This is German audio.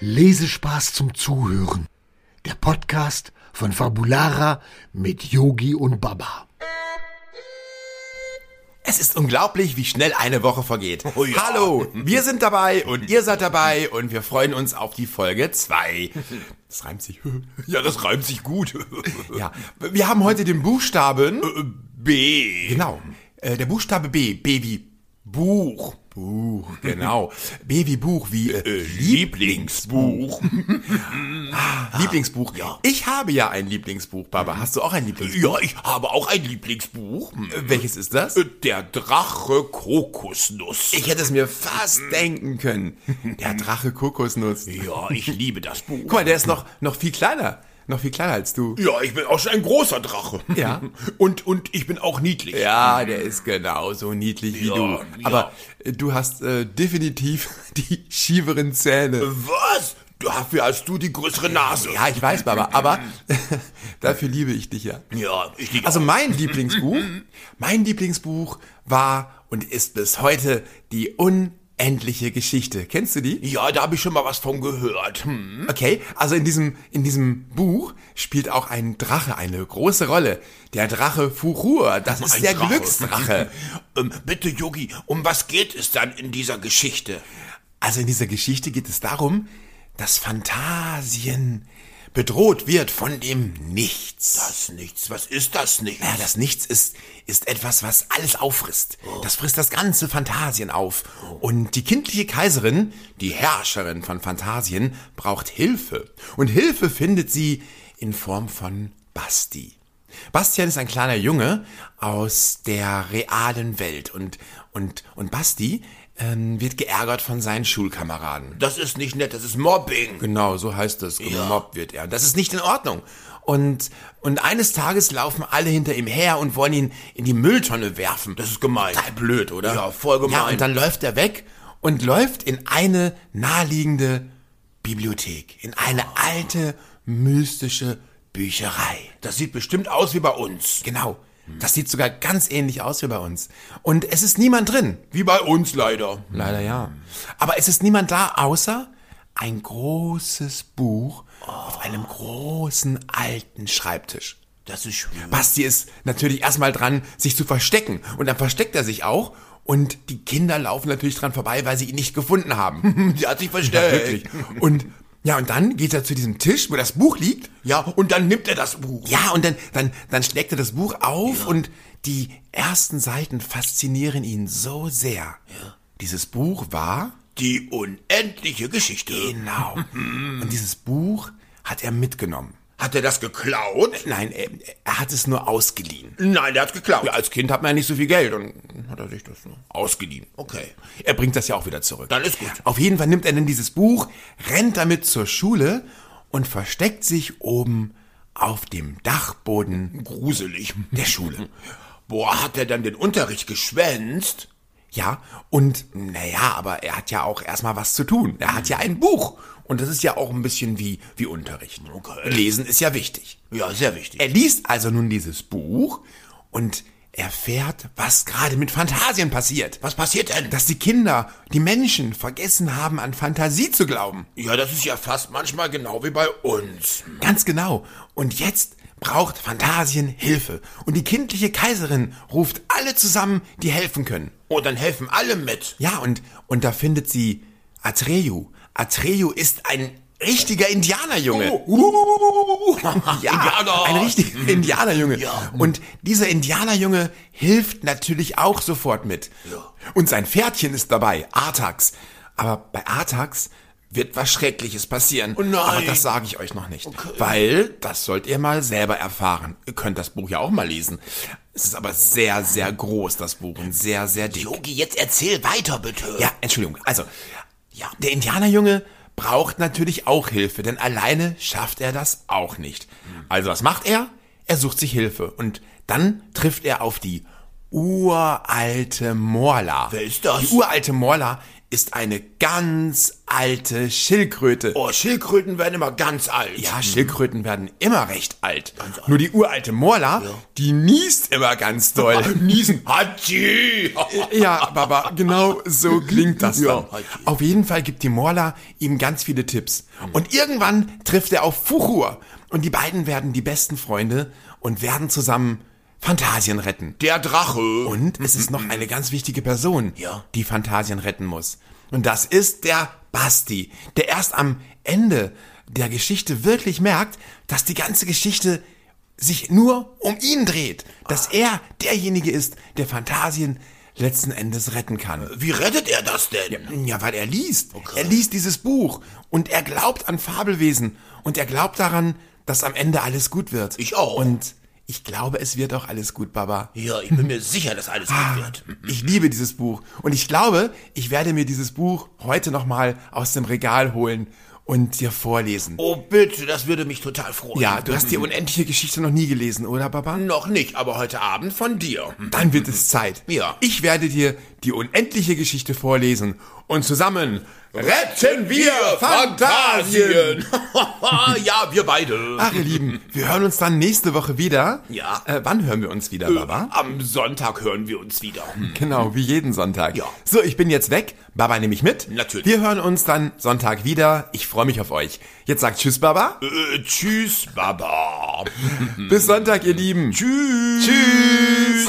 Lesespaß zum Zuhören. Der Podcast von Fabulara mit Yogi und Baba. Es ist unglaublich, wie schnell eine Woche vergeht. Hallo, wir sind dabei und ihr seid dabei und wir freuen uns auf die Folge 2. Das reimt sich. Ja, das reimt sich gut. Ja, wir haben heute den Buchstaben. B. Genau, äh, der Buchstabe B. B wie Buch. Buch, genau. B wie Buch, wie äh, Lieblingsbuch. Lieblingsbuch. Ich habe Ah, ja Mhm. ein Lieblingsbuch, Baba. Hast du auch ein Lieblingsbuch? Äh, Ja, ich habe auch ein Lieblingsbuch. Äh, Welches ist das? Der Drache Kokosnuss. Ich hätte es mir fast denken können. Mhm. Der Drache Kokosnuss. Ja, ich liebe das Guck Buch. mal, der ist noch, noch viel kleiner. Noch viel kleiner als du. Ja, ich bin auch schon ein großer Drache. Ja. Und, und ich bin auch niedlich. Ja, der ist genauso niedlich wie Ja, du. ja. Aber äh, du hast äh, definitiv die schieveren Zähne. Was? Dafür hast du die größere Nase. Ja, ich weiß, Baba, aber dafür liebe ich dich ja. Ja, ich liebe Also mein Lieblingsbuch, mein Lieblingsbuch war und ist bis heute die unendliche Geschichte. Kennst du die? Ja, da habe ich schon mal was von gehört. Hm. Okay, also in diesem, in diesem Buch spielt auch ein Drache eine große Rolle. Der Drache Furur, das ist Ein der Drache. Glücksdrache. Ähm, bitte, Yogi, um was geht es dann in dieser Geschichte? Also in dieser Geschichte geht es darum, dass Fantasien bedroht wird von dem Nichts. Das Nichts. Was ist das Nichts? Ja, das Nichts ist, ist etwas, was alles auffrisst. Das frisst das ganze Fantasien auf. Und die kindliche Kaiserin, die Herrscherin von Fantasien, braucht Hilfe. Und Hilfe findet sie in Form von Basti. Bastian ist ein kleiner Junge aus der realen Welt und, und, und Basti ähm, wird geärgert von seinen Schulkameraden. Das ist nicht nett, das ist Mobbing. Genau, so heißt es. Gemobbt wird er. Das ist nicht in Ordnung. Und, und eines Tages laufen alle hinter ihm her und wollen ihn in die Mülltonne werfen. Das ist gemein. total blöd, oder? Ja, voll gemein. Ja, und dann läuft er weg und läuft in eine naheliegende Bibliothek. In eine alte, mystische Bücherei. Das sieht bestimmt aus wie bei uns. Genau. Das sieht sogar ganz ähnlich aus wie bei uns. Und es ist niemand drin. Wie bei uns leider. Leider ja. Aber es ist niemand da, außer ein großes Buch auf Oh. einem großen alten Schreibtisch. Das ist schwierig. Basti ist natürlich erstmal dran, sich zu verstecken. Und dann versteckt er sich auch. Und die Kinder laufen natürlich dran vorbei, weil sie ihn nicht gefunden haben. Sie hat sich Ja, versteckt. wirklich. Und ja, und dann geht er zu diesem Tisch, wo das Buch liegt. Ja, und dann nimmt er das Buch. Ja, und dann, dann, dann schlägt er das Buch auf und die ersten Seiten faszinieren ihn so sehr. Dieses Buch war Die unendliche Geschichte. Genau. Und dieses Buch hat er mitgenommen. Äh, Hat er das geklaut? Nein, er, er hat es nur ausgeliehen. Nein, der hat geklaut. Ja, als Kind hat man ja nicht so viel Geld und hat er sich das nur ausgeliehen. Okay. Er bringt das ja auch wieder zurück. Dann ist gut. Auf jeden Fall nimmt er dann dieses Buch, rennt damit zur Schule und versteckt sich oben auf dem Dachboden Gruselig. der Schule. Boah, hat er dann den Unterricht geschwänzt? Ja, und naja, aber er hat ja auch erstmal was zu tun. Er hat ja ein Buch. Und das ist ja auch ein bisschen wie, wie Unterricht. Okay. Lesen ist ja wichtig. Ja, sehr wichtig. Er liest also nun dieses Buch und erfährt, was gerade mit Fantasien passiert. Was passiert denn? Dass die Kinder, die Menschen vergessen haben, an Fantasie zu glauben. ja, das ist ja fast manchmal genau wie bei uns. Ganz genau. Und jetzt braucht Fantasien Hilfe. Und die kindliche Kaiserin ruft alle zusammen, die helfen können. Und dann helfen alle mit. Ja, und, und da findet sie Atreyu. Atreyu ist ein richtiger Indianerjunge. Oh, uh, Ja, Indianer. Hm. ein richtiger Indianerjunge. Ja. Und dieser Indianerjunge hilft natürlich auch sofort mit. Und sein Pferdchen ist dabei, Artax. Aber bei Artax wird was Schreckliches passieren. Oh nein. Aber das sage ich euch noch nicht. Weil das sollt ihr mal selber erfahren. Ihr könnt das Buch ja auch mal lesen. Es ist aber sehr, sehr groß, das Buch. Und sehr, sehr dick. Yogi, jetzt erzähl weiter bitte. Ja, Entschuldigung. Also, ja, der Indianerjunge braucht natürlich auch Hilfe, denn alleine schafft er das auch nicht. Also, was macht er? Er sucht sich Hilfe und dann trifft er auf die uralte Morla. Wer ist das? Die uralte Morla ist eine ganz alte Schildkröte. Oh, Schildkröten werden immer ganz alt. Ja, Schildkröten werden immer recht alt. Nur die uralte Morla, die niest immer ganz doll. Niesen. Hatschi! Ja, Baba, genau so klingt das dann. okay. Auf jeden Fall gibt die Morla ihm ganz viele Tipps. Mhm. Und irgendwann trifft er auf Fuchur. Und die beiden werden die besten Freunde und werden zusammen Fantasien retten. Der Drache. Und es ist noch eine ganz wichtige Person, Ja. die Fantasien retten muss. Und das ist der Basti, der erst am Ende der Geschichte wirklich merkt, dass die ganze Geschichte sich nur um ihn dreht. Dass Ah. er derjenige ist, der Fantasien letzten Endes retten kann. Wie rettet er das denn? Ja, weil er Oh liest. Er liest dieses Buch und er glaubt an Fabelwesen und er glaubt daran, dass am Ende alles gut wird. Ich auch. Und ich glaube, es wird auch alles gut, Baba. Ja, ich bin mir sicher, dass alles gut wird. Ah, Ich liebe dieses Buch und ich glaube, ich werde mir dieses Buch heute nochmal aus dem Regal holen und dir vorlesen. Oh, bitte, das würde mich total freuen. Ja, du hast die unendliche Geschichte noch nie gelesen, oder Baba? Noch nicht, aber heute Abend von dir. Dann wird es Zeit. Ja. Ich werde dir die unendliche Geschichte vorlesen und zusammen retten wir Fantasien. ja, wir beide. Ach, ihr Lieben, wir hören uns dann nächste Woche wieder. Ja. Äh, wann hören wir uns wieder, Baba? Am Sonntag hören wir uns wieder. Genau, wie jeden Sonntag. Ja. So, ich bin jetzt weg. Baba nehme ich mit. Natürlich. Wir hören uns dann Sonntag wieder. Ich freue mich auf euch. Jetzt sagt Tschüss, Baba. Äh, tschüss, Baba. Bis Sonntag, ihr Lieben. Tschüss. Tschüss.